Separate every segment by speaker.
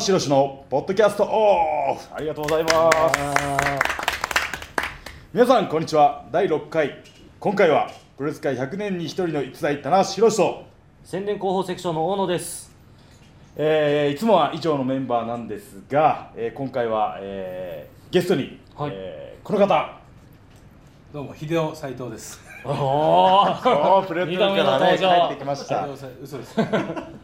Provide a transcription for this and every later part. Speaker 1: しろしのポッドキャストオフありがとうございます皆さんこんにちは第6回今回はプロレス界100年に一人の逸材棚橋宏と、
Speaker 2: 宣伝広報セクションの大野です
Speaker 1: えーいつもは以上のメンバーなんですが、えー今回は、えーゲストに、
Speaker 2: はい
Speaker 1: えーこの方
Speaker 3: どうも秀夫斉藤です。
Speaker 2: おお
Speaker 1: おープレート
Speaker 2: 二
Speaker 1: か
Speaker 2: 度目の
Speaker 1: らね
Speaker 2: 登
Speaker 1: 帰
Speaker 2: 場
Speaker 1: ってきまし
Speaker 3: 秀
Speaker 1: た
Speaker 3: 夫斉嘘です。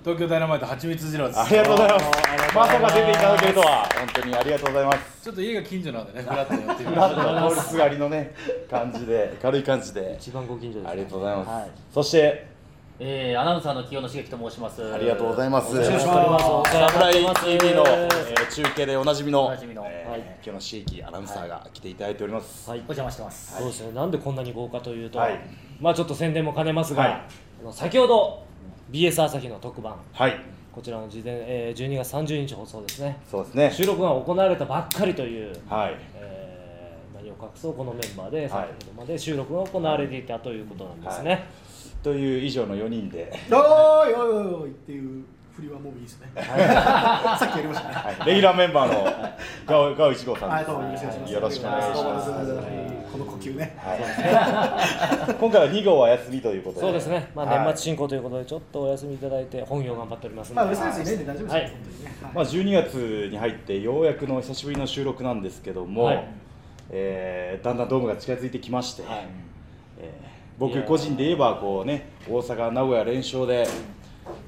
Speaker 3: 東京ダイナマイトはちみつ二郎です。
Speaker 1: ありがとうございます
Speaker 2: おー
Speaker 1: ま
Speaker 2: あり
Speaker 1: さ
Speaker 2: がとうございます
Speaker 1: か出ていただけるとは本当にありがとうございます
Speaker 3: ちょっと家が近所なんでね、フラッと寄ってみ
Speaker 1: な
Speaker 3: ま
Speaker 1: ん
Speaker 3: し
Speaker 1: と通りすがりのね感じで軽い感じで
Speaker 2: 一番ご近所です、
Speaker 1: ありがとうございます、
Speaker 2: はい
Speaker 1: そして
Speaker 4: えー、アナウンサーの清野茂樹と申します。
Speaker 1: ありがとうございます
Speaker 4: お世話になっております。お世話にな
Speaker 1: 侍
Speaker 4: ってます。
Speaker 1: TV の、えー中継でおなじみの
Speaker 4: おなじみの
Speaker 1: えー
Speaker 2: はい
Speaker 1: 今日の椎木アナウンサーが来ていただいております、
Speaker 4: お邪魔してます。
Speaker 2: そうですねなんでこんなに豪華というと、
Speaker 1: はい
Speaker 2: まあちょっと宣伝も兼ねますが、
Speaker 1: はい
Speaker 2: あの先ほど BS 朝日の特番
Speaker 1: はい、
Speaker 2: こちらの事前、えー、12月30日放送ですね
Speaker 1: そうです
Speaker 2: 収
Speaker 1: ね
Speaker 2: 録が行われたばっかりという、
Speaker 1: はい
Speaker 2: えー何を隠そうこのメンバーで
Speaker 1: はい
Speaker 2: 先ほどまで収録が行われていたということなんですね、
Speaker 1: という以上の4人で、
Speaker 5: おーいおいおいおいっていう振りはもういいですね。さっきやりましたね。
Speaker 1: はいレギュラーメンバーのガオガオ一号さん
Speaker 5: はい、
Speaker 1: で
Speaker 5: どうもよろしくお願いします。
Speaker 1: すよろしくお願いします
Speaker 5: どうもですこの呼吸ね。
Speaker 1: はい今回は2号は休みということで
Speaker 2: そうですね、まあ、
Speaker 1: はい
Speaker 2: 年末進行ということでちょっとお休みいただいて本業頑張っておりますので、
Speaker 5: まあ、別にね、大丈夫ですよ、
Speaker 2: はい
Speaker 5: 本当にね。
Speaker 1: まあ、12月に入ってようやくの久しぶりの収録なんですけども、
Speaker 2: はい
Speaker 1: えーだんだんドームが近づいてきまして、
Speaker 2: はい
Speaker 1: えー
Speaker 2: い
Speaker 1: 僕
Speaker 2: やー
Speaker 1: 個人で言えばこう、ね、大阪、名古屋連勝で、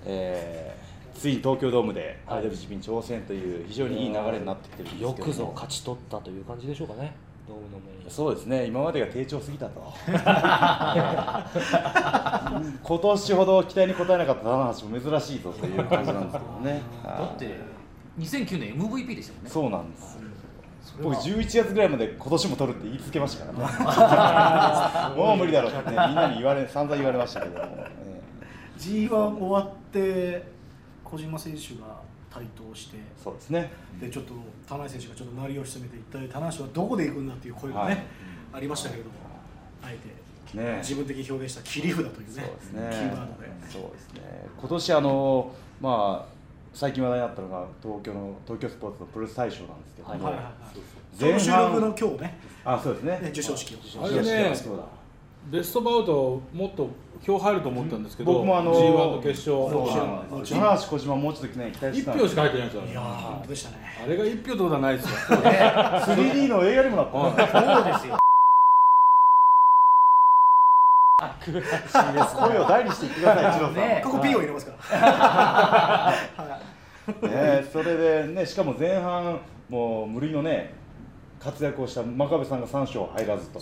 Speaker 1: えーついに東京ドームで
Speaker 2: はい
Speaker 1: RWGP に挑戦という非常にいい流れになってきてるんですけど
Speaker 2: よ
Speaker 1: も
Speaker 2: くぞ勝ち取ったという感じでしょうかね、ドームの目に。
Speaker 1: そうですね今までが低調すぎたと 今年ほど期待に応えなかった棚橋も珍しいぞという感じなんですけどね。
Speaker 4: だって、2009年 MVP でしたもんね。
Speaker 1: そうなんですよ僕11月ぐらいまで今年も取るって言い続けましたからねもう無理だろうって、ね、みんなに言われ散々言われましたけども、え
Speaker 5: G1 終わって、小島選手が台頭して、
Speaker 1: えそうですね
Speaker 5: で、ちょっと田中選手がちょっと鳴りを潜めて、一体田中はどこで行くんだっていう声がね、
Speaker 1: はい
Speaker 5: ありましたけれども、あえて
Speaker 1: ね
Speaker 5: 自分的に表現した切り札という
Speaker 1: そう
Speaker 5: ね、
Speaker 1: です
Speaker 5: キ
Speaker 1: ね
Speaker 5: ーワードで。
Speaker 1: そうですね今年あのまあ最近話題になったのが東京の東京スポーツのプロレス大賞なんですけども、
Speaker 2: はい
Speaker 5: はいはいはい。そ
Speaker 1: 前
Speaker 5: の
Speaker 1: 半
Speaker 5: 収録の今日ね、
Speaker 1: あそうですね
Speaker 5: ね授賞式を
Speaker 1: あれねそうだ
Speaker 3: ベストバウトもっと票入ると思ったんですけど、
Speaker 1: 僕もあの
Speaker 3: G1 の決勝
Speaker 1: そうなんですよ棚橋小島もうちょっと来ない期待して
Speaker 3: 一
Speaker 1: たん
Speaker 3: 票
Speaker 1: で
Speaker 3: し
Speaker 1: す
Speaker 3: か入ってないんですよ
Speaker 5: いやー、本当でしたね。
Speaker 3: あれが一票ってことはないですよ
Speaker 1: 3D の映画にもなったんですよ
Speaker 4: そうですよ。
Speaker 1: 声を大にして言ってください、一郎さん。ね
Speaker 4: ね
Speaker 5: ここ P を入れますから。はい
Speaker 1: え、それでね、しかも前半、もう無類のね、活躍をした真壁さんが3勝入らずと、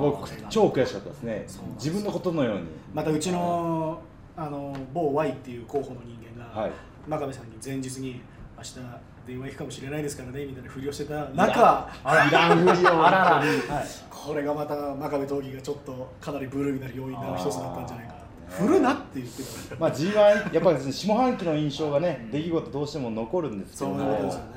Speaker 1: 僕、超悔しかったですね
Speaker 5: そうな、んです
Speaker 1: 自
Speaker 5: よ
Speaker 1: 分のことのように、
Speaker 5: またうちのあの某 Y っていう候補の人間が、
Speaker 1: はい
Speaker 5: 真壁さんに前日に明日電話行くかもしれないですからねみたいなふりをしてた中、
Speaker 1: いらんふりを、
Speaker 4: あらら
Speaker 5: はいこれがまた真壁闘技がちょっとかなりブルーになる要因の一つだったんじゃないか
Speaker 1: あ
Speaker 5: な。
Speaker 1: ー
Speaker 5: 振るなって言ってたから。
Speaker 1: まあ、g 1やっぱり下半期の印象がね、出来事、どうしても残るんですけ
Speaker 5: そ
Speaker 1: ど
Speaker 5: ういうことですよね
Speaker 1: も、。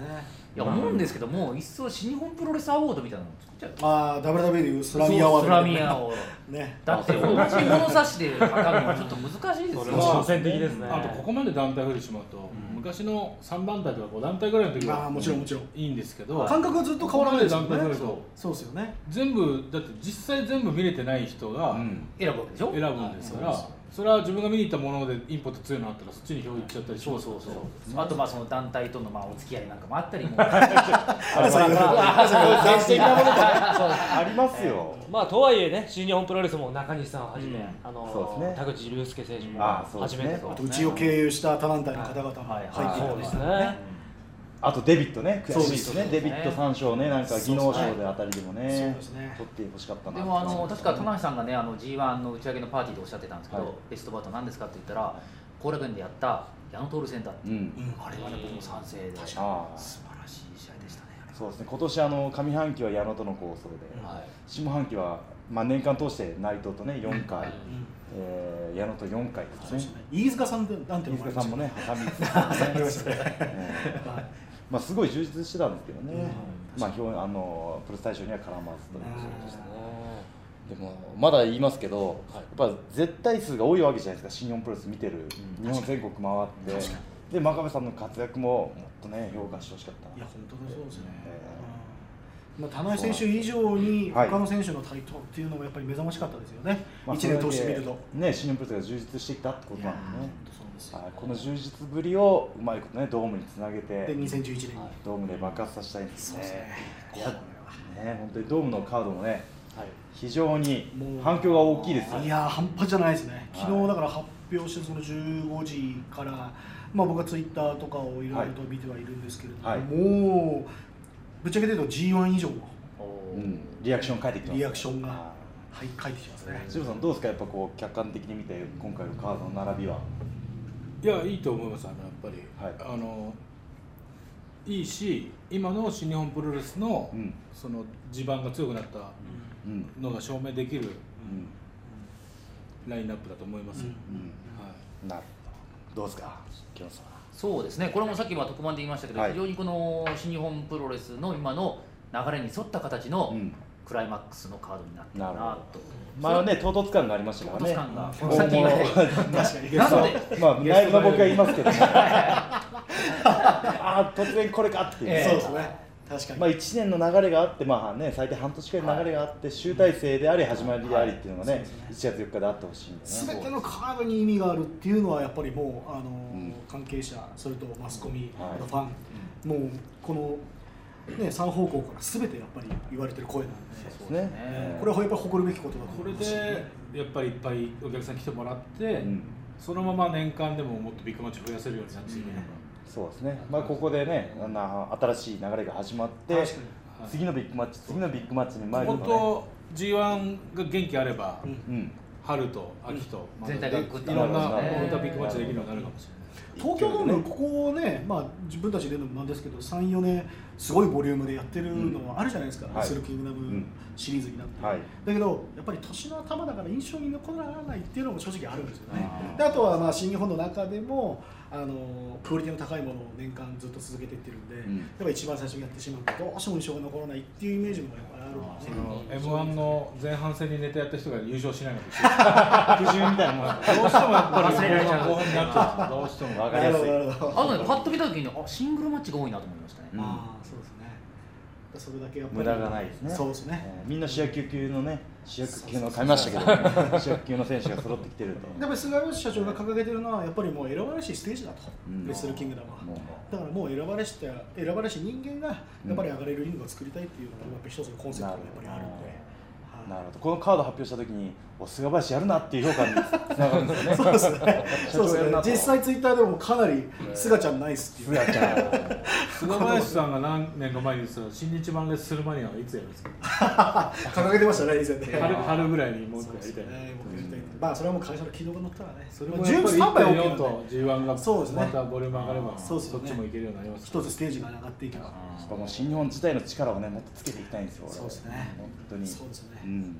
Speaker 4: いや、思うんですけども、一層新日本プロレスアワードみたいなの作っちゃうよ。
Speaker 5: まあ WW でいうスラミアワー
Speaker 4: ス
Speaker 5: ド
Speaker 4: ラ
Speaker 5: み
Speaker 4: ミ
Speaker 5: たいな
Speaker 4: アを。
Speaker 5: ね。
Speaker 4: だって、同じ物差しで測るのはちょっと難しいですよ。
Speaker 2: 挑戦的ですね。
Speaker 3: あとここまで団体振りしてもらうと、昔の3団体とか5団体ぐらいの時
Speaker 5: まあ
Speaker 3: は
Speaker 5: もちろんもちろん。
Speaker 3: いいんですけど
Speaker 5: 感覚はずっと変わらないですよ
Speaker 3: ここまで団
Speaker 5: ね
Speaker 3: 体振。ると
Speaker 5: そうですよね。
Speaker 3: 全部だって実際全部見れてない人が、
Speaker 1: うん
Speaker 4: 選ぶわけでしょ
Speaker 3: 選ぶんですから、それは自分が見に行ったものでインポット強いのあったらそっちに票いっちゃったりし
Speaker 4: そ
Speaker 3: ま
Speaker 4: う
Speaker 3: す
Speaker 4: そうそう。あと、まあ、その団体との、まあ、お付き合いなんかもあ ったりも。
Speaker 1: あれ、それ
Speaker 5: あれ
Speaker 1: 政治的なものとかありますよ。
Speaker 2: まあとはいえね、新日本プロレスも中西さんをはじめ、あの
Speaker 1: そうですね
Speaker 2: 田口竜介選手も
Speaker 1: あそうで
Speaker 2: は
Speaker 1: す
Speaker 2: じ
Speaker 1: ね
Speaker 2: めてと
Speaker 5: あとうちを経由した他団体の方々も入ってき
Speaker 4: はい
Speaker 5: たり
Speaker 2: そう
Speaker 5: と
Speaker 2: で
Speaker 5: か
Speaker 2: すね。
Speaker 1: あとデビットね、悔しいですね、
Speaker 4: そう
Speaker 1: デ
Speaker 4: です
Speaker 1: ビット3勝ね、なんか技能賞であたりでも
Speaker 5: そう
Speaker 1: ね
Speaker 5: ですね、
Speaker 1: 取ってほしかったな
Speaker 4: で
Speaker 1: と
Speaker 4: もあ
Speaker 1: 思い
Speaker 4: の
Speaker 1: ま
Speaker 4: 確
Speaker 1: した
Speaker 4: か
Speaker 1: ね
Speaker 4: 田中さんがねあの G1 の打ち上げのパーティーでおっしゃってたんですけど、
Speaker 1: はい
Speaker 4: ベストバウト何ですかって言ったら後楽園でやった矢野徹戦だって、
Speaker 1: うん
Speaker 5: うん
Speaker 4: あれはね僕も賛成で素晴
Speaker 1: ああ
Speaker 4: らしい試合でしたねあれ
Speaker 1: そうですね今年あの上半期は矢野との構想で、
Speaker 4: は
Speaker 1: 下半期は、まあ、年間通して内藤とね4回、
Speaker 5: うん
Speaker 1: えー矢野と4回です
Speaker 5: そう
Speaker 1: ね
Speaker 5: ですね。飯塚さんってなんていう
Speaker 1: 飯
Speaker 5: の
Speaker 1: 塚さんもね挟みつつ、
Speaker 5: ありましたね。
Speaker 1: え
Speaker 5: はい
Speaker 1: ーまあ、すごい充実してたんですけどね、
Speaker 5: うん
Speaker 1: まあ、表あのプロレス大賞には絡まずという
Speaker 5: うん
Speaker 2: そうですね
Speaker 1: でもまだ言いますけど、
Speaker 2: はい
Speaker 1: やっぱ絶対数が多いわけじゃないですか新日本プロレス見てる、
Speaker 4: うん
Speaker 1: 日本全国回ってで真壁さんの活躍ももっとね評価してほしかった
Speaker 5: い
Speaker 1: な
Speaker 5: や本当にそうですね、
Speaker 1: え
Speaker 5: うんまあ、田中選手以上に
Speaker 1: はい
Speaker 5: 他の選手の台頭っていうのもやっぱり目覚ましかったですよね、
Speaker 1: まあ
Speaker 5: 一1年通してみると。
Speaker 1: ね新日本プロレスが充実してきたってこと
Speaker 5: い
Speaker 1: な
Speaker 5: や
Speaker 1: ん
Speaker 5: ー
Speaker 1: でね
Speaker 5: 本当そうですよ
Speaker 1: はい、この充実ぶりをうまいことねドームにつなげ
Speaker 5: で
Speaker 1: て
Speaker 5: 2011年に、
Speaker 1: ドームで爆発させたいんです
Speaker 5: そうですね
Speaker 1: ね。
Speaker 5: こ
Speaker 1: い
Speaker 5: れ
Speaker 1: やね本当にドームのカードもね
Speaker 2: はい
Speaker 1: 非常に
Speaker 5: もう
Speaker 1: 反響が大きいですよ
Speaker 5: は。いやー半端じゃないですね、
Speaker 1: はい
Speaker 5: 昨日だから発表して、その15時から、まあ、僕はツイッターとかをいろいろと見てはいるんですけれども、
Speaker 1: はい
Speaker 5: もう、ぶっちゃけて言うと G1 以上の
Speaker 1: うんリアクション返ってきてます。
Speaker 5: リアクションが
Speaker 1: は
Speaker 5: はい、返ってきてますね
Speaker 1: い。渋谷さんどうですかやっぱこう客観的に見て今回のカードの並びは。
Speaker 3: いやいいと思いますあのやっぱり、、
Speaker 1: はい
Speaker 3: あのいいし今の新日本プロレスの、
Speaker 1: うん
Speaker 3: その地盤が強くなった
Speaker 1: うんうん
Speaker 3: のが証明できるラインナップだと思います、
Speaker 1: うん
Speaker 3: はい
Speaker 1: なるほど。どうですか木野さん。
Speaker 4: そうですねこれもさっきは特番で言いましたけど、
Speaker 1: はい
Speaker 4: 非常にこの新日本プロレスの今の流れに沿った形の
Speaker 1: うん
Speaker 4: クライマックスのカードになったな
Speaker 1: なる
Speaker 4: と。
Speaker 1: 前はね唐突感がありましたからね。
Speaker 4: 唐突感が
Speaker 1: 大物
Speaker 4: さっき言われ
Speaker 5: 確かに
Speaker 1: ゲスト
Speaker 4: なの
Speaker 1: まあ内部の僕が言います けど、ね、ああ突然これかっていう、
Speaker 4: ええ
Speaker 5: そうですね、確かに。
Speaker 1: まあ、1年の流れがあって、まあね、最低半年くらいの流れがあって、集大成であり、始まりでありっていうのが
Speaker 5: はい
Speaker 1: ね
Speaker 5: そう、
Speaker 1: 1
Speaker 5: で
Speaker 1: 月4日であってほしいん
Speaker 5: す
Speaker 1: で
Speaker 5: べ
Speaker 1: ね。
Speaker 5: てのカードに意味があるっていうのはやっぱりもうあの、
Speaker 1: ん
Speaker 5: 関係者それとマスコミ、
Speaker 1: はい
Speaker 5: あとファン、もうこの、ね、3方向からすべてやっぱり言われてる声なんで、
Speaker 1: そうですね
Speaker 5: えーこれはやっぱり誇るべきことだと
Speaker 3: こ
Speaker 5: 思
Speaker 3: れ
Speaker 5: い
Speaker 3: で
Speaker 5: ます
Speaker 3: やっぱりいっぱいお客さん来てもらって、
Speaker 1: うん
Speaker 3: そのまま年間でももっとビッグマッチ増やせるようになっていければ、
Speaker 1: そうですね、まあ、ここでね、あんな新しい流れが始まって
Speaker 5: 確か、
Speaker 3: に
Speaker 1: 次のビッグマッチ、次のビッグマッチに前
Speaker 3: 本
Speaker 1: にもね、
Speaker 3: 当 G1 が元気あれば、
Speaker 5: うん
Speaker 1: うん、
Speaker 3: 春と秋と、また
Speaker 4: 全体がグッと
Speaker 3: いろんな
Speaker 1: なるほど
Speaker 3: またビッグマッチできるようになるかもしれない。
Speaker 5: 東京ドーム、ここをね、まあ、自分たちで言うのもなんですけど、3、4年、すごいボリュームでやってるのはあるじゃないですか、
Speaker 1: うん
Speaker 5: レスルキングダ
Speaker 1: はいう
Speaker 5: ム
Speaker 1: ん
Speaker 5: シリーズになって、
Speaker 1: はい
Speaker 5: だけど、やっぱり年の頭だから印象に残らないっていうのも正直あるんですよね。
Speaker 3: あー
Speaker 5: であとはまあ新日本の中でもあのクオリティの高いものを年間ずっと続けていってるんで、
Speaker 1: ん
Speaker 5: やっぱ一番最初にやってしまうとどうしても印象が残らないっていうイメージもやっぱりあるので、
Speaker 3: M1 の前半戦にネタやった人が優勝しないのと一緒苦渋みたいなもんだどうしてもやっぱり
Speaker 4: 忘れられちゃう
Speaker 3: 後半になっちゃうどうしても
Speaker 1: わかりやすい。
Speaker 5: なるほど
Speaker 4: あとね、パッと見た時に、あシングルマッチが多いなと思いましたね。
Speaker 1: うん
Speaker 5: ああそうですねそれだけやっぱり
Speaker 1: 無駄がないですね。
Speaker 5: そうですね、
Speaker 1: えーみんな主役級のね、主役級の買いましたけど、主役級の選手が揃ってきてると。
Speaker 5: やっぱり菅吉社長が掲げてるのはやっぱりもう選ばれしステージだと、
Speaker 1: うん
Speaker 5: レッスルキングダムは
Speaker 1: もう
Speaker 5: だからもう選ばれして選ばれし人間がやっぱり上がれるリングを作りたいっていうのがやっぱり一つのコンセプトがやっぱりあるんで、はい
Speaker 1: なるほどこのカード発表したときに、お菅林やるなっていう評価につながるんですよね。
Speaker 5: そうですね。そう ですね。実際ツイッターでもかなりすがちゃんナイスっていう。
Speaker 1: 菅ちゃん。
Speaker 3: 菅林さんが何年か前に言ってた新日版レッスルマニアはいつやるんですか
Speaker 5: 掲げてましたね以前ね。
Speaker 3: 春春ぐらいにもう一
Speaker 5: そう
Speaker 3: 回
Speaker 5: で
Speaker 3: やり
Speaker 5: す
Speaker 3: たい
Speaker 5: ね
Speaker 3: な。
Speaker 5: 僕やりたいまあそれはもう会社の軌道が乗ったらね。
Speaker 3: それも
Speaker 5: 準
Speaker 3: やっ
Speaker 5: 備
Speaker 3: ぱり
Speaker 5: スタンバイ OK
Speaker 3: 1.4
Speaker 5: なんで
Speaker 3: と G1 が
Speaker 5: そうですね
Speaker 3: またボリューム上がれば
Speaker 5: そうですね
Speaker 3: っちもいけるようになります
Speaker 5: 一つステージが上がっていけば。
Speaker 1: やっぱもう新日本自体の力をね、もっとつけていきたいんですよ、俺は
Speaker 5: そうですね
Speaker 1: 本当に。
Speaker 5: そうですね
Speaker 1: ん、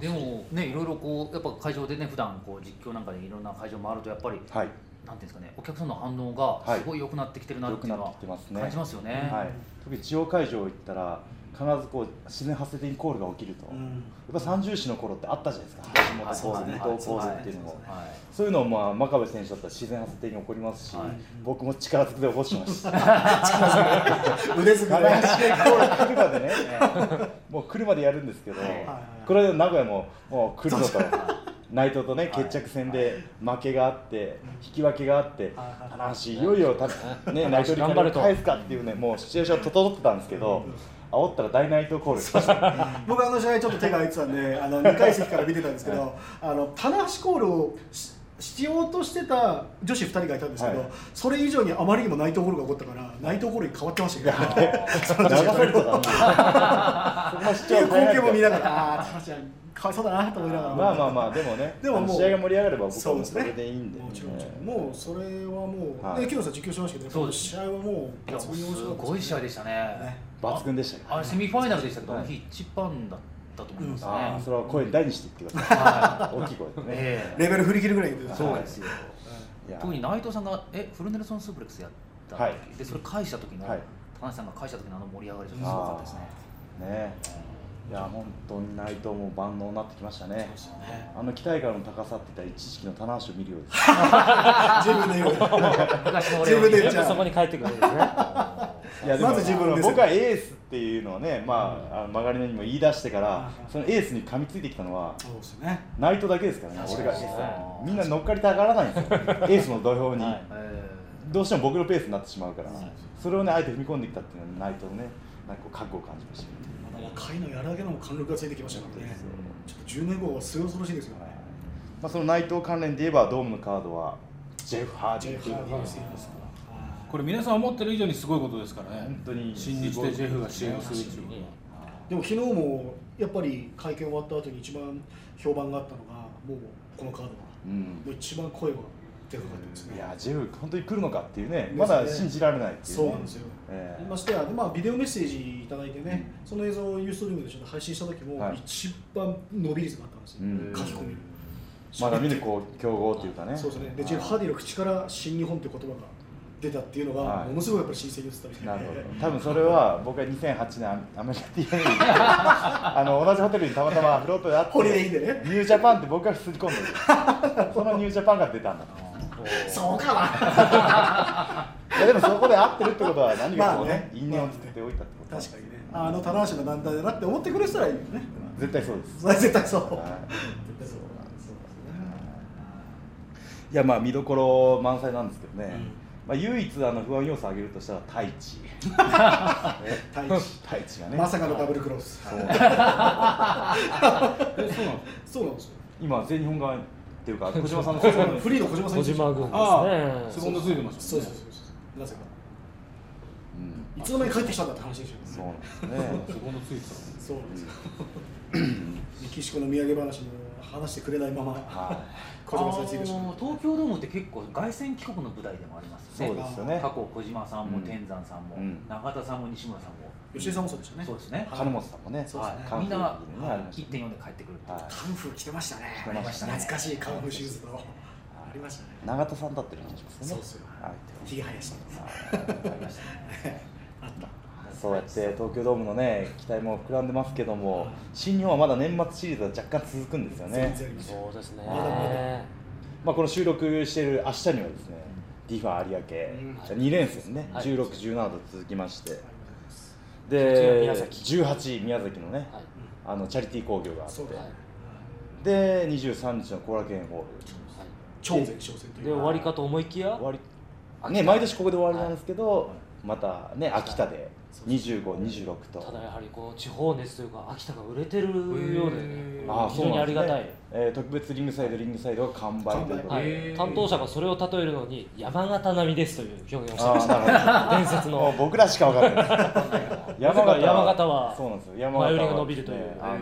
Speaker 4: でもね、いろいろこうやっぱ会場でね、普段こう実況なんかでいろんな会場回るとやっぱり、
Speaker 1: はい、
Speaker 4: なんていうんですかね、お客さんの反応がすごい良くなってきてるな
Speaker 1: 良
Speaker 4: って
Speaker 1: く
Speaker 4: いう
Speaker 1: な
Speaker 4: の
Speaker 1: っ
Speaker 4: は
Speaker 1: てきてますね。
Speaker 4: 感じますよね。
Speaker 1: はい、特に地方会場行ったら、必ずこう自然発生的にコールが起きると、
Speaker 5: う
Speaker 1: やっ
Speaker 5: ん。
Speaker 1: ぱ三重視の頃ってあったじゃないですか、橋本
Speaker 4: あそう
Speaker 1: コ
Speaker 4: で
Speaker 1: ー
Speaker 4: す
Speaker 1: ル、伊
Speaker 4: ね
Speaker 1: 藤コールっていうの
Speaker 5: そう
Speaker 1: も
Speaker 5: で。
Speaker 4: はい
Speaker 1: そういうのをまあ真壁選手だったら自然発生的に起こりますし、
Speaker 4: はい
Speaker 1: 僕も力ずくで起こしてました。
Speaker 5: 腕作
Speaker 1: あ
Speaker 5: りね
Speaker 1: れ。試合コール来るまでね、もう来るまでやるんですけど、
Speaker 5: はい
Speaker 1: これで名古屋ももう来るぞと、内藤とね、決着戦で負けがあって、引き分けがあって、
Speaker 5: はい
Speaker 1: 棚橋、いよいよた、ね、内藤に
Speaker 2: 頑張れと
Speaker 1: 返すかっていうね、もうシチュエーション整ってたんですけど、煽ったら大内藤コール来ました、
Speaker 5: 僕あの試合ちょっと手が空いてたんで、あの2階席から見てたんですけど、あの棚橋コールをししようとしてた女子2人がいたんですけど、
Speaker 1: はい
Speaker 5: それ以上にあまりにも内藤コールが起こったから、内藤コールに変わってましたけど、 ね、
Speaker 1: 流されてたんで、そんなシ
Speaker 5: って
Speaker 1: チュ
Speaker 5: い
Speaker 1: エーション
Speaker 5: う光
Speaker 1: 大
Speaker 5: 景も見
Speaker 1: 変だ
Speaker 5: ながら、ああ、棚橋はかわいそうだなと思いながら、
Speaker 1: まあまあまあ、でもね、
Speaker 5: でももう
Speaker 1: あの試合が盛り上がれば、僕は
Speaker 5: そう
Speaker 1: も
Speaker 5: で
Speaker 1: う
Speaker 5: す
Speaker 1: そ
Speaker 5: ね。
Speaker 1: れでいいんで、
Speaker 5: もちろん、もちろん
Speaker 1: ね
Speaker 5: もうそれはもう、
Speaker 1: はい
Speaker 5: ね、木野さん実況しましたけど、
Speaker 4: そうです
Speaker 5: 試合はもう
Speaker 4: いや
Speaker 5: 抜群に面
Speaker 4: す
Speaker 5: 白かった
Speaker 4: ごい試合でしたね。
Speaker 1: 抜群でしたけど
Speaker 4: あれセミファイナルでしたけど、
Speaker 1: はい
Speaker 4: 一番だったと思いますね。
Speaker 1: あーそれは声大にして言ってください。
Speaker 4: は
Speaker 1: 大きい声 でね
Speaker 4: い。。ええ
Speaker 5: レベル振り切るぐらい言ってた
Speaker 4: そうですよ。
Speaker 1: いや
Speaker 4: 特に内藤さんがえフルネルソンスープレックスやった時、
Speaker 1: はい
Speaker 4: でそれ返した時の、
Speaker 1: はい
Speaker 4: 高橋さんが返した時のあの盛り上がりとかすごかったですね。
Speaker 1: あーねいや本当に内藤も万能になってきましたね
Speaker 5: ですよね。
Speaker 1: あの期待感の高さって言ったら一時期の棚橋を見るようです
Speaker 5: 自分で言 う。
Speaker 4: 昔の俺より
Speaker 5: 自分で
Speaker 2: やっぱそこに帰ってくるんですね
Speaker 1: いやでも
Speaker 5: まず自分ですよ
Speaker 1: 僕はエースっていうのをね、まあ、あの曲がりのにも言い出してから、そのエースに噛みついてきたのは、
Speaker 5: そうですよね。
Speaker 1: ナイトだけですからね、
Speaker 4: 確か
Speaker 1: 俺
Speaker 4: に
Speaker 1: がエースだもんみんな乗っかりたがらないんですよ、エースの土俵に、
Speaker 2: はい
Speaker 4: え
Speaker 1: どうしても僕のペースになってしまうから
Speaker 5: そうそう、
Speaker 1: それをね、あえて踏み込んできたっていうのは、ナイトのね、なんかこう覚悟を感じましたね
Speaker 5: まだ若いのやらげのも貫禄がついてきましたからね。ちょっと10年後は末恐ろしいですよ
Speaker 1: はい
Speaker 5: ね。
Speaker 1: まあ、その内藤関連で言えば、ドームのカードは、ジェフ・ハー
Speaker 5: ジ
Speaker 1: デ
Speaker 5: ェ
Speaker 1: ィ
Speaker 5: イ
Speaker 1: ー
Speaker 5: ハ
Speaker 1: っていう
Speaker 5: ーディーの選手ですから
Speaker 3: これ皆さん思ってる以上にすごいことですからね
Speaker 1: 本当に
Speaker 3: 新日でジェフが支援をするっていうこ
Speaker 5: でも昨日もやっぱり会見終わった後に一番評判があったのがもうこのカードは
Speaker 1: うん
Speaker 5: もう一番声がでかかったですね。
Speaker 1: いや、ジェフ、本当に来るのかっていうね
Speaker 5: す、ね
Speaker 1: まだ信じられないっていう、ね、
Speaker 5: そうなんですよ。
Speaker 1: ええ
Speaker 5: ましてや、まあ、ビデオメッセージいただいてね、その映像をユーストリームでちょっと配信した時も、
Speaker 1: はい
Speaker 5: 一番伸び率があったんですよ、
Speaker 1: うん
Speaker 5: 書き込み
Speaker 1: まだ見ぬこう競合というかね。
Speaker 5: そうですね
Speaker 1: は
Speaker 5: で
Speaker 1: い
Speaker 5: ジェフ・ハーディの口から新日本って言葉が出たっていうのが、
Speaker 1: はい
Speaker 5: ものすごいやっぱり新鮮に映ったみたいで
Speaker 1: なるほど。多分それは僕は2008年アメリカ TV にあの同じホテルにたまたまフロートであって、
Speaker 5: ホリデーインでね
Speaker 1: ニュージャパンって僕がすり込んで る。そのニュージャパンが出たんだと。
Speaker 5: そうかな
Speaker 1: いやでもそこで合ってるってことは何かこう
Speaker 5: まあね
Speaker 1: ね因縁を作っておいたってこと。
Speaker 5: 確かにねあの棚橋の団体だなって思ってくれてたらいいよね
Speaker 1: 絶対そうです。
Speaker 5: それは絶対そう
Speaker 1: はい
Speaker 5: 絶対そうそうですね
Speaker 1: いやまあ見どころ満載なんですけどね。
Speaker 5: ん
Speaker 1: まあ唯一あの不安要素を挙げるとしたら太 一。
Speaker 5: 太一
Speaker 1: 太一がね。
Speaker 5: まさかのダブルクロス
Speaker 1: そう
Speaker 3: とえそうなの
Speaker 5: そうなんですよ
Speaker 1: 今全日本側っていう か小島さんのそう
Speaker 5: フリーの小島さん
Speaker 2: 小島軍
Speaker 3: あ
Speaker 2: で
Speaker 3: あ
Speaker 2: す
Speaker 3: セ
Speaker 2: ね
Speaker 3: コンドついてます
Speaker 5: そ
Speaker 3: もね
Speaker 5: うんそうそうそうなぜか
Speaker 1: うん
Speaker 5: いつの間に帰ってきたんだって話ですよね
Speaker 1: そうなんですね。
Speaker 3: セコンドついてたの
Speaker 5: そうなんですよ。メキシコの土産話も話してくれないまま
Speaker 1: は
Speaker 5: 小島さんについてしま
Speaker 4: あ
Speaker 5: っ
Speaker 4: の東京ドームって結構凱旋帰国の舞台でもあります
Speaker 1: い、そ
Speaker 4: よ
Speaker 1: う
Speaker 4: ね
Speaker 1: ですよね
Speaker 4: 過。去小島さんも
Speaker 1: うん
Speaker 4: 天山さんも、
Speaker 1: うん
Speaker 4: 中田さんも西村さんも、
Speaker 5: た。吉井さんもそうでしたね。
Speaker 4: そうですね、
Speaker 1: 金本さんもね、
Speaker 5: そうですね
Speaker 1: 韓
Speaker 4: はい、み
Speaker 1: 国
Speaker 4: んな
Speaker 1: にねありまし
Speaker 4: 1.4で帰ってくるって
Speaker 1: た
Speaker 4: いう
Speaker 1: ね。は
Speaker 5: カンフー着てましたね。
Speaker 1: 着てましたね
Speaker 5: 懐かしいカンフーシューズのありましたね。
Speaker 1: い。永田さんだってる話ですよ
Speaker 5: そう
Speaker 1: ね
Speaker 5: で。すよ。
Speaker 1: はい
Speaker 5: ひげ生やした。
Speaker 1: はい
Speaker 4: ありましたね
Speaker 5: あった。
Speaker 1: そうやって東京ドームのね期待も膨らんでますけども、新日本はまだ年末シリーズは若干続くんですよ
Speaker 5: 全
Speaker 1: ね。
Speaker 5: 然ありました。
Speaker 2: そうですね
Speaker 5: まだまだ
Speaker 1: まあこの収録している明日にはですね、ディファ有
Speaker 5: う
Speaker 1: 明2連戦ね、
Speaker 2: はい
Speaker 1: 16、17と続きまして、
Speaker 5: ありがとうございます
Speaker 1: で
Speaker 2: 宮崎
Speaker 1: 18宮崎のね、
Speaker 2: はい
Speaker 1: あのチャリティー工業があっ
Speaker 5: そう
Speaker 1: て
Speaker 5: だ、
Speaker 2: はい
Speaker 1: で23日の後楽園ホール。
Speaker 5: 超前挑戦と
Speaker 2: で終
Speaker 5: いう。
Speaker 2: わりかと思いきや
Speaker 1: 終わりね毎年ここで終わりなんですけど、またね秋田で2526と
Speaker 2: ただやはりこう地方熱というか秋田が売れてるようでね
Speaker 4: へ
Speaker 1: ああ
Speaker 2: 非
Speaker 1: そう
Speaker 2: 常に
Speaker 1: な
Speaker 2: あ
Speaker 1: んで
Speaker 2: り
Speaker 1: すね
Speaker 2: がたい、
Speaker 1: えー特別リングサイドリングサイドが完売ということ
Speaker 5: 完
Speaker 2: は
Speaker 1: で、
Speaker 2: い、担当者がそれを例えるのに山形並みですという表現をしてまし
Speaker 1: あ
Speaker 2: た 伝説
Speaker 1: あなるほども
Speaker 2: の
Speaker 1: う僕らしか分 からないです
Speaker 2: なぜか山形は
Speaker 1: そうなんですよ山形は
Speaker 2: 前売りが伸びるという
Speaker 1: ねあの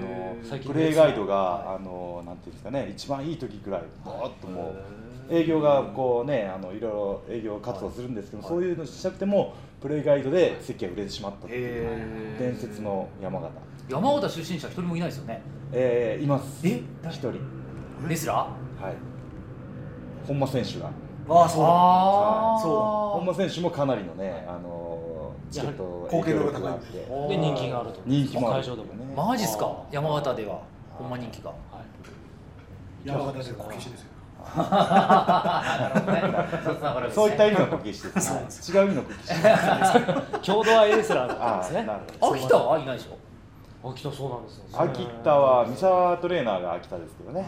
Speaker 2: 最近
Speaker 1: プレイガイドがあのなんていうんですかね一番いい時ぐらいぼーっともう営業がこうねあのいろいろ営業活動するんですけど、そういうのしなくてもプレイガイドで席が売れてしまったっていう伝説の山形
Speaker 4: 山形出身者一人もいないですよね
Speaker 1: えー、います
Speaker 4: え
Speaker 1: 一人
Speaker 4: レスラー
Speaker 1: はい本間選手が
Speaker 5: ああそうだ。
Speaker 4: あ
Speaker 1: はい
Speaker 4: ー
Speaker 1: 本間選手もかなりのね、あのーチケット
Speaker 5: やは
Speaker 1: 影響
Speaker 5: り貢献度
Speaker 1: 力
Speaker 5: が
Speaker 1: が
Speaker 5: 高
Speaker 1: あ
Speaker 5: い
Speaker 1: って
Speaker 2: で人気があると
Speaker 1: 人気もある
Speaker 2: 会場でもね、
Speaker 4: マジっすか
Speaker 2: あー
Speaker 4: 山形ではほんま人気が
Speaker 2: はい、
Speaker 5: 山形でこけしですよ。
Speaker 4: なるほどねそうつながるわけ ですね
Speaker 1: そういった意味のこけしです、はい違 う意味のこけしです
Speaker 2: 郷土はエースラーだったん
Speaker 1: あ
Speaker 2: です
Speaker 1: ー
Speaker 2: ね
Speaker 1: なるほど
Speaker 4: 秋田はいないでしょ
Speaker 2: 秋田そうなんですよね
Speaker 1: 秋田は三沢トレーナーが秋田ですけどね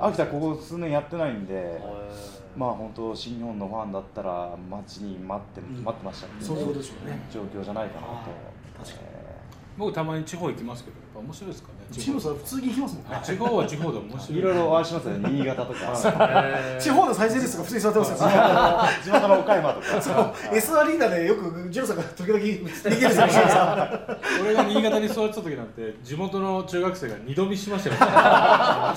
Speaker 4: あ
Speaker 1: 秋田ここ数年やってないんで
Speaker 4: ー
Speaker 1: まあ本当新日本のファンだったら待ちに待って待ってましたって
Speaker 5: そういうことでしょうね。
Speaker 1: 状況じゃないかなと
Speaker 5: 確かに
Speaker 1: えー
Speaker 3: 僕たまに地方行きますけどやっぱ面白いですかね
Speaker 5: チームさん普通に行きますもんね。
Speaker 3: 地方は地方で面白い
Speaker 1: いろいろお会いします よね、新潟とか、
Speaker 5: 地方の再生率が普通に座ってますよ。
Speaker 1: 地元の岡山とか、
Speaker 5: S アリーナでよくジロさんが時々逃げるじゃないですか。
Speaker 3: 俺が新潟に座ってた時なんて地元の中学生が二度見しましたよ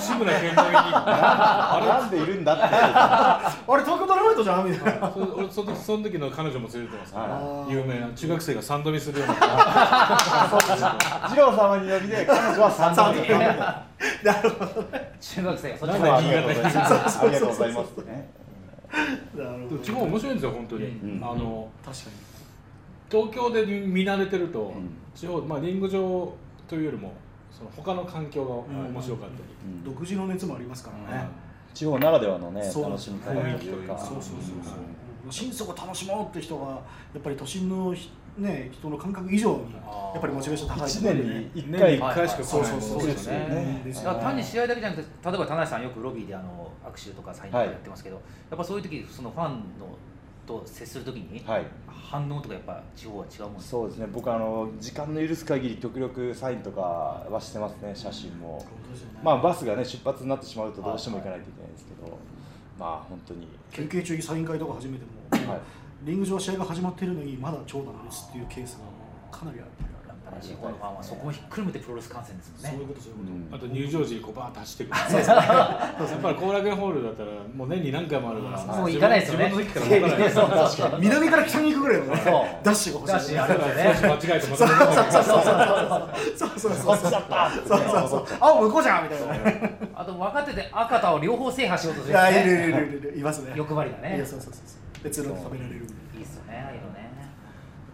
Speaker 3: 志村けんの上に
Speaker 1: あれなんでいるんだって、
Speaker 5: あれ東京ドラマイトじゃんみたいな。
Speaker 3: そ俺その時その時の彼女も連れてますか
Speaker 1: は
Speaker 3: ら有名な中学生が三度見するような
Speaker 1: 二郎様に呼びで、彼女は三度目、
Speaker 4: 中学生がそっち
Speaker 3: なん
Speaker 4: も
Speaker 3: で
Speaker 1: あ
Speaker 3: 新
Speaker 1: り
Speaker 3: 潟
Speaker 1: がとうご
Speaker 3: に
Speaker 1: ざいます、ありがとうございますってね、
Speaker 5: なるほ
Speaker 3: で
Speaker 5: ど
Speaker 3: も地方面白いんですよ本当に、
Speaker 1: ん
Speaker 3: あの
Speaker 5: 確かに。
Speaker 3: 東京で見慣れてると、
Speaker 1: うん
Speaker 3: 地方まあリング上というよりもその他の環境が面白かったり、
Speaker 1: うん
Speaker 5: 独自の熱もありますからね、
Speaker 1: 地方ならではのね
Speaker 5: そうなん
Speaker 1: 楽
Speaker 5: で
Speaker 1: し
Speaker 5: すよ
Speaker 1: み方というか
Speaker 5: そうそうそうそう心底楽しもうって人がやっぱり都心のひね人の感覚以上にや
Speaker 4: あー
Speaker 5: っぱりモチベーション高い
Speaker 1: 1
Speaker 5: と思うね
Speaker 1: 年に1
Speaker 3: 年
Speaker 1: 回
Speaker 3: に1回しか来
Speaker 5: そう
Speaker 3: ない
Speaker 5: そう
Speaker 3: もの
Speaker 5: そう
Speaker 4: そう
Speaker 5: で
Speaker 4: ですす
Speaker 5: ね
Speaker 4: ね
Speaker 5: です
Speaker 4: だ
Speaker 5: よ
Speaker 4: から単に試合だけじゃなくて例えば田中さんよくロビーであの握手とかサインとか
Speaker 1: はい
Speaker 4: やってますけど、やっぱそういう時そのファンのと接する時に
Speaker 1: はい
Speaker 4: 反応とかやっぱ地方は違うもんですか
Speaker 1: そうですね僕あの時間の許す限り極力サインとかはしてますね写真も
Speaker 5: 本当ですよね
Speaker 1: まあバスがね出発になってしまうとどうしても行かないといけないんですけどまあ本当に
Speaker 5: 休憩中にサイン会とか始めても、
Speaker 1: はい
Speaker 5: リング上試合が始まってるのにまだ長蛇の列っていうケースがかなりある
Speaker 4: やっぱり地方のファンはそこをひっくるめてプロレス観戦ですも
Speaker 5: そ
Speaker 4: ん
Speaker 5: うい
Speaker 4: ね
Speaker 5: うことそういう
Speaker 1: う
Speaker 5: こ
Speaker 1: ん
Speaker 3: あと入場時にこうバーッと走ってくる やっぱり後楽園ホールだったらもう年に何回もあるから
Speaker 4: もう行かないですよね
Speaker 3: 自分の時から分からない
Speaker 4: そうそう
Speaker 5: と南から北に行くぐらいのね
Speaker 4: そう
Speaker 5: ダッシュが欲しい
Speaker 4: だしあれだよ
Speaker 3: 少
Speaker 4: ね
Speaker 3: し間違えてまた戻ってくる
Speaker 5: そうそうそうそうそうそうそう青向こうじゃんみたいなね
Speaker 4: あと若手で赤田を両方制覇しようと
Speaker 5: い
Speaker 4: するやつ
Speaker 5: やい
Speaker 4: ね
Speaker 5: るいるいるいるいますね
Speaker 4: 欲張りだ
Speaker 5: い
Speaker 4: ね
Speaker 5: やそうそうそうそう別の食べられる
Speaker 4: いいっすよねああいうのね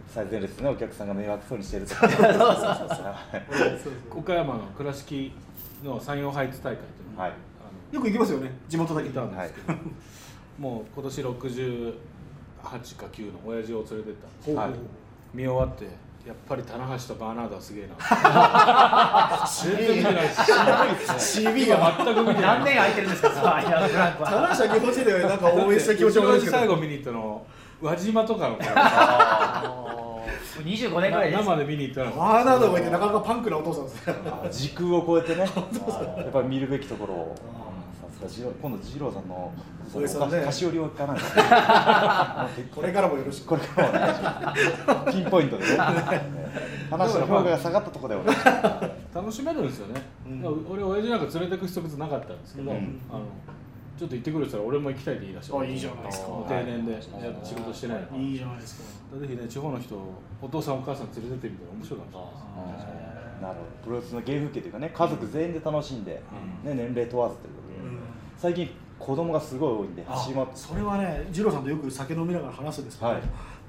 Speaker 1: 最前列ねお客さんが迷惑そうにしてる と
Speaker 5: そうそう
Speaker 3: 岡山の倉敷の山陽ハイツ大会というの
Speaker 1: はい
Speaker 5: よく行きますよね地元だけ
Speaker 3: いたん
Speaker 5: ど
Speaker 3: ですけど、もう今年68か9の親父を連れてったんです
Speaker 1: はい
Speaker 3: 見終わってやっぱり棚橋とバーナードはすげえな全然見てないし
Speaker 5: 渋いよ
Speaker 3: 今全く見てない
Speaker 4: 何年空いてるんですか そのアイランドランクは
Speaker 5: 棚橋は日本人でなんか応援した気持
Speaker 3: う
Speaker 5: ち
Speaker 3: ち
Speaker 5: も
Speaker 3: の
Speaker 5: ある
Speaker 3: 親父
Speaker 5: んですけ
Speaker 3: 最
Speaker 5: ど
Speaker 3: 後見に行ったの輪島とかの頃
Speaker 4: もう25年ぐらいです
Speaker 3: 生で見に行ったの
Speaker 5: あーなどもいてなかなかパンクなお父さんですね
Speaker 1: あ時空を超えてねやっぱり見るべきところをさすが二郎今度二郎さんの
Speaker 5: おじさんね
Speaker 1: お菓子折りを行かないですね
Speaker 5: これからもよろしく
Speaker 1: これからもお願いしますピンポイントでね話の評価が下がったところでお願いします
Speaker 3: 楽しめるんですよね、
Speaker 5: うん
Speaker 3: だから俺親父なんか連れてく必要別になかったんですけど、
Speaker 1: うん
Speaker 3: あのちょっと行ってくるって言ったら俺も行きたいって言い出して
Speaker 5: あいいじゃないですか
Speaker 3: 定年でやっぱ仕事してないの
Speaker 5: いいじゃないですか
Speaker 3: ぜひね地方の人お父さんお母さん連れてってみたら面白いかもしれないです
Speaker 1: なるほどプロレスの芸風景というかね家族全員で楽しんで、ね、年齢問わずということで、最近子供がすごい多いんで走り回って
Speaker 5: それはね二郎さんとよく酒飲みながら話すんですけど、
Speaker 1: はい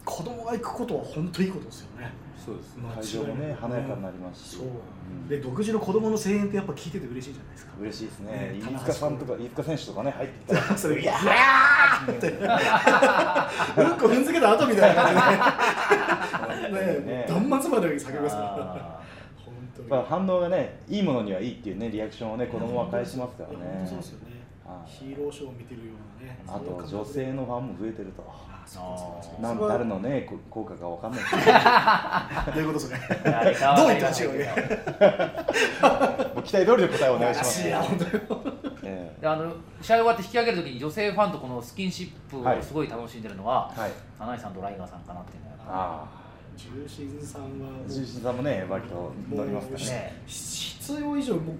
Speaker 5: 子供が行くことは本当いいことですよね
Speaker 3: そうです
Speaker 5: 間違いな
Speaker 1: 会
Speaker 5: い
Speaker 1: 場もね華やかになりますし
Speaker 5: そう、
Speaker 1: ん
Speaker 5: で独自の子供の声援ってやっぱ聞いてて嬉しいじゃないですか
Speaker 1: 嬉しいですね
Speaker 5: ね
Speaker 1: 飯塚さんとか飯塚選手とかね入ってきたら
Speaker 5: それいやーってうんこ踏んづけた後みたいな感じでね
Speaker 1: ね
Speaker 5: 断末まで叫びますから
Speaker 4: あ
Speaker 5: 本当
Speaker 1: や
Speaker 5: に
Speaker 1: っぱ反応がねいいものにはいいっていうねリアクションをね子供は返しますからね
Speaker 5: いや本当そうですよね
Speaker 1: はい
Speaker 5: ヒーローショーを見てるようなね
Speaker 1: あと
Speaker 5: そういう感
Speaker 1: 女
Speaker 5: 覚
Speaker 1: 性のファンも増えてると
Speaker 5: あそうかそうかそうか
Speaker 1: なん
Speaker 5: それは
Speaker 1: 誰のねこ効果かわかんないですけ
Speaker 5: どういうことですかね
Speaker 4: ー誰かは
Speaker 5: どういった違い
Speaker 4: 誰かは
Speaker 1: どもう期待通りの答えをお願いします、
Speaker 5: いや本当に
Speaker 1: ええ
Speaker 4: であの試合終わって引き上げるときに女性ファンとこのスキンシップをすごい楽しんでるのは、
Speaker 1: はい
Speaker 4: 金井さんとライガーさんかなっていうのは
Speaker 1: あ
Speaker 5: ジューシーズさんはも
Speaker 1: あ
Speaker 5: う
Speaker 1: 重心さんもね割と乗りますからね
Speaker 4: ね
Speaker 5: し必要以上もう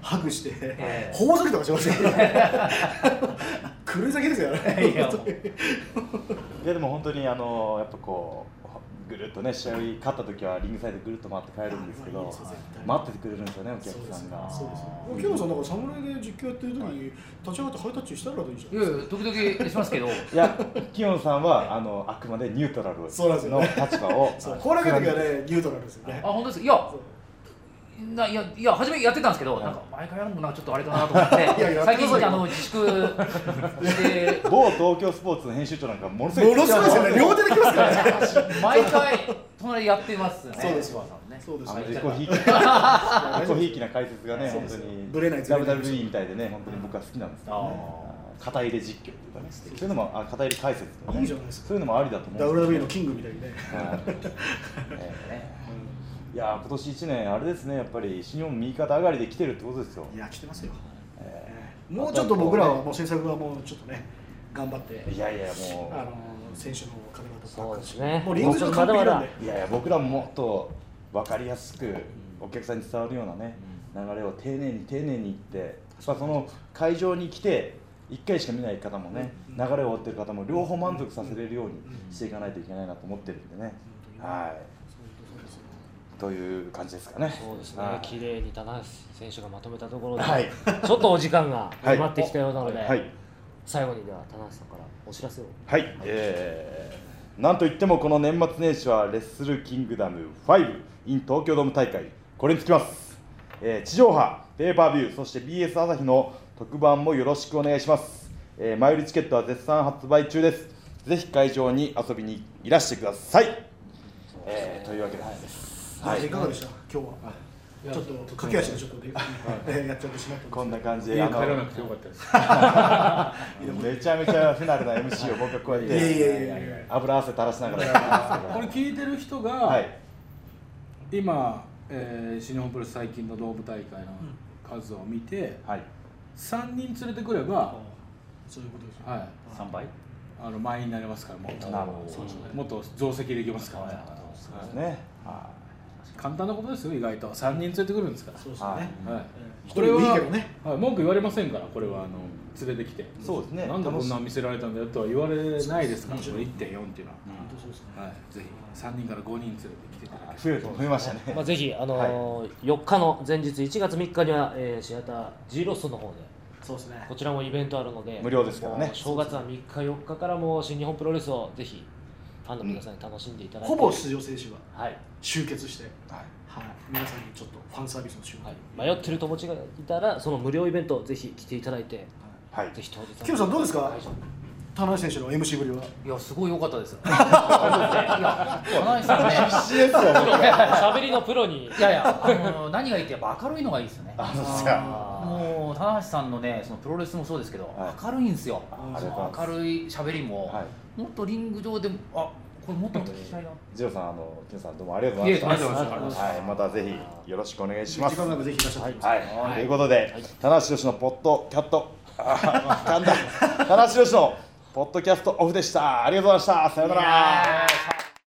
Speaker 5: ハグして、
Speaker 4: ええ
Speaker 5: ほおずきとかしま したよね狂い咲きですよね
Speaker 4: いやもう
Speaker 5: 本当に
Speaker 1: いやでも本当にあのやっぱこうぐるっとね試合勝った時はリングサイドぐるっと回って帰るんですけ
Speaker 5: いやいい
Speaker 1: ど
Speaker 5: ですよ絶対
Speaker 1: 待っててくれるんですよねお
Speaker 5: そうで
Speaker 1: 客さ
Speaker 5: す
Speaker 1: ん
Speaker 5: よ
Speaker 1: が
Speaker 5: そうですよ秋山さんだから侍で実況やってる時に立ち上がってハイタッチしたらいいじゃん
Speaker 4: いやいや時々しますけど
Speaker 1: いやキヨンさんはあのあくまでニュートラル
Speaker 5: そうなんですよ
Speaker 1: の
Speaker 5: ね
Speaker 1: 立場を
Speaker 5: そう後楽園の時はねニュートラルですよね
Speaker 4: あ本当ですいや
Speaker 5: そう
Speaker 4: ないやいや初めやってたんですけど、
Speaker 1: はい
Speaker 4: なんか毎回やるのもなんかちょっとあれだなと思って
Speaker 5: や いややって
Speaker 4: 最
Speaker 5: ください
Speaker 4: 近
Speaker 5: よ
Speaker 4: あの自粛 して
Speaker 1: 某東京スポーツの編集長なんかものすごい
Speaker 5: ものすごいですよね両手で来ますからね
Speaker 4: 毎回隣やってますね
Speaker 5: そうですよ
Speaker 4: 柴田さんね
Speaker 5: そうです
Speaker 1: あ
Speaker 5: よ
Speaker 1: の
Speaker 5: ね
Speaker 1: 自己ひいき自己ひいきな解説がね
Speaker 5: そう
Speaker 1: 本
Speaker 5: で
Speaker 1: 当
Speaker 5: すよ
Speaker 1: に
Speaker 5: ぶれないぶれない
Speaker 1: WWE みたいでね本当に僕は好きなんですけどね
Speaker 4: あ
Speaker 1: 肩入れ実況というかねそういうのもあ肩入れ解説とか
Speaker 5: いい
Speaker 1: ね
Speaker 5: じゃないですか
Speaker 1: そういうのもありだと思うんですけど
Speaker 5: WWE のキングみたいにね
Speaker 1: はい
Speaker 4: ーね
Speaker 1: いやー今年1年、あれですね、やっぱり新日本右肩上がりで来てるってことですよ。
Speaker 5: いや来てますよ
Speaker 1: え
Speaker 5: もうちょっと僕らはもう制作はもうちょっとね頑張って
Speaker 1: ーいやいや、
Speaker 5: あ
Speaker 1: も
Speaker 5: の選手の方々と
Speaker 2: そうですね
Speaker 5: もうリング上完璧なんで
Speaker 1: う、いやいや、僕らももっと分かりやすく、お客さんに伝わるようなね、流れを丁寧に丁寧にいって、まあ、その会場に来て、1回しか見ない方もね、
Speaker 5: うん
Speaker 1: 流れを追ってる方も、両方満足させれるようにしていかないといけないなと思ってるんでね。
Speaker 5: 本当にね
Speaker 1: はい
Speaker 5: そういうことですよ
Speaker 1: という感じですかね。
Speaker 2: そうです
Speaker 1: は
Speaker 2: ね
Speaker 1: い
Speaker 2: 綺麗に棚橋選手がまとめたところで、
Speaker 1: はい
Speaker 2: ちょっとお時間が
Speaker 1: はい
Speaker 2: 迫ってきたようなので、
Speaker 1: はい
Speaker 2: 最後にでは棚橋さんからお知らせを
Speaker 1: はい、えーなんといってもこの年末年始はレッスルキングダム5 in 東京ドーム大会これにつきます、えー地上波ペーパービューそして BS 朝日の特番もよろしくお願いします、えー前売りチケットは絶賛発売中ですぜひ会場に遊びにいらしてください、えーというわけです、
Speaker 5: は、
Speaker 1: はいい
Speaker 5: いかがでした今日はちょっと駆け足がちょっとで、えー やっちゃってしまったんです
Speaker 1: こんな感じ
Speaker 3: 家帰
Speaker 1: であの
Speaker 3: らなくてよかったです。
Speaker 1: めちゃめちゃ不慣れな MC を僕はこうやっ
Speaker 5: いやいやい
Speaker 1: て
Speaker 5: やいや
Speaker 1: 油汗垂らしながらやってます
Speaker 3: これ聞いてる人が、
Speaker 1: けどはい
Speaker 3: 今、えー、新日本プロレス最近のドーム大会の数を見て、
Speaker 1: はい
Speaker 3: 三人連れてくれば、
Speaker 5: そういうことですね
Speaker 3: はい、
Speaker 4: 三倍。
Speaker 3: あの満員になりますからもっと
Speaker 1: なるほど
Speaker 5: そうですね
Speaker 3: もっと増席できますからね。
Speaker 1: そうですねは
Speaker 3: 簡単なことですよ意外と三人連れてくるんですか
Speaker 5: そうです
Speaker 1: い、はい
Speaker 5: ね、
Speaker 3: ら。はい。
Speaker 5: えー
Speaker 3: こ
Speaker 5: 一人
Speaker 3: れ
Speaker 5: で
Speaker 3: は
Speaker 5: もいいけどね
Speaker 3: はい、文句言われませんから、これはあの連れてきて、
Speaker 1: そうですね
Speaker 3: なんでこんな見せられたんだよとは言われないですから、
Speaker 5: そう
Speaker 3: こ
Speaker 5: そう
Speaker 3: れ1.4っていうの
Speaker 5: 本当そうですね
Speaker 3: は、はい、ぜひ3人から5人連れてきていただ
Speaker 1: 増えると思いましたね、
Speaker 2: まあ、ぜひ、あのー4日の前日1月3日には、えーシアター G ロストの方で
Speaker 5: そうですね
Speaker 2: こちらもイベントあるので
Speaker 1: 無料ですからね
Speaker 2: もう正月は3日4日からもう新日本プロレスをぜひファンの皆さんに楽しんでいただいて、
Speaker 5: ほぼ出場選手は
Speaker 2: はい、
Speaker 5: 集結して、
Speaker 1: はい
Speaker 5: はい、皆さんにちょっとファンサービスの集合、
Speaker 2: はい、迷ってる友達がいたらその無料イベントをぜひ来ていただいて
Speaker 1: はい
Speaker 2: ぜひ当日
Speaker 5: キムさんどうですか
Speaker 2: 会場に
Speaker 5: 田中選手の MC ぶりはい
Speaker 4: や、すごい良かった です。いや、金井さんね。
Speaker 1: 必死ですよ 僕は
Speaker 2: 喋りのプロに
Speaker 4: いやいや、あの何がいいってやっぱ明るいのがいいですよね。
Speaker 1: あそうですか
Speaker 4: もう棚橋さんのね、そのプロレスもそうですけど
Speaker 1: は、い
Speaker 4: 明るいんですよ。
Speaker 1: ありがとうございます
Speaker 4: 明るい喋りも、
Speaker 1: は
Speaker 4: もっとリング上でも、あ、これもっと聞きたいな。
Speaker 1: いジローさんあの金さんどうもありがとう
Speaker 4: い
Speaker 1: ご
Speaker 4: え、
Speaker 1: ざ
Speaker 4: あり
Speaker 1: いまし
Speaker 4: がとうござい
Speaker 1: た
Speaker 4: ます。
Speaker 1: はいまたぜひよろしくお願いします
Speaker 5: 時間なんかぜひいらっしゃってくださ
Speaker 1: はい、ということで、田中宏のポッドキャット、あー噛んだ、田中宏のポッドキャストオフでした。ありがとうございました。さようなら。
Speaker 4: いやー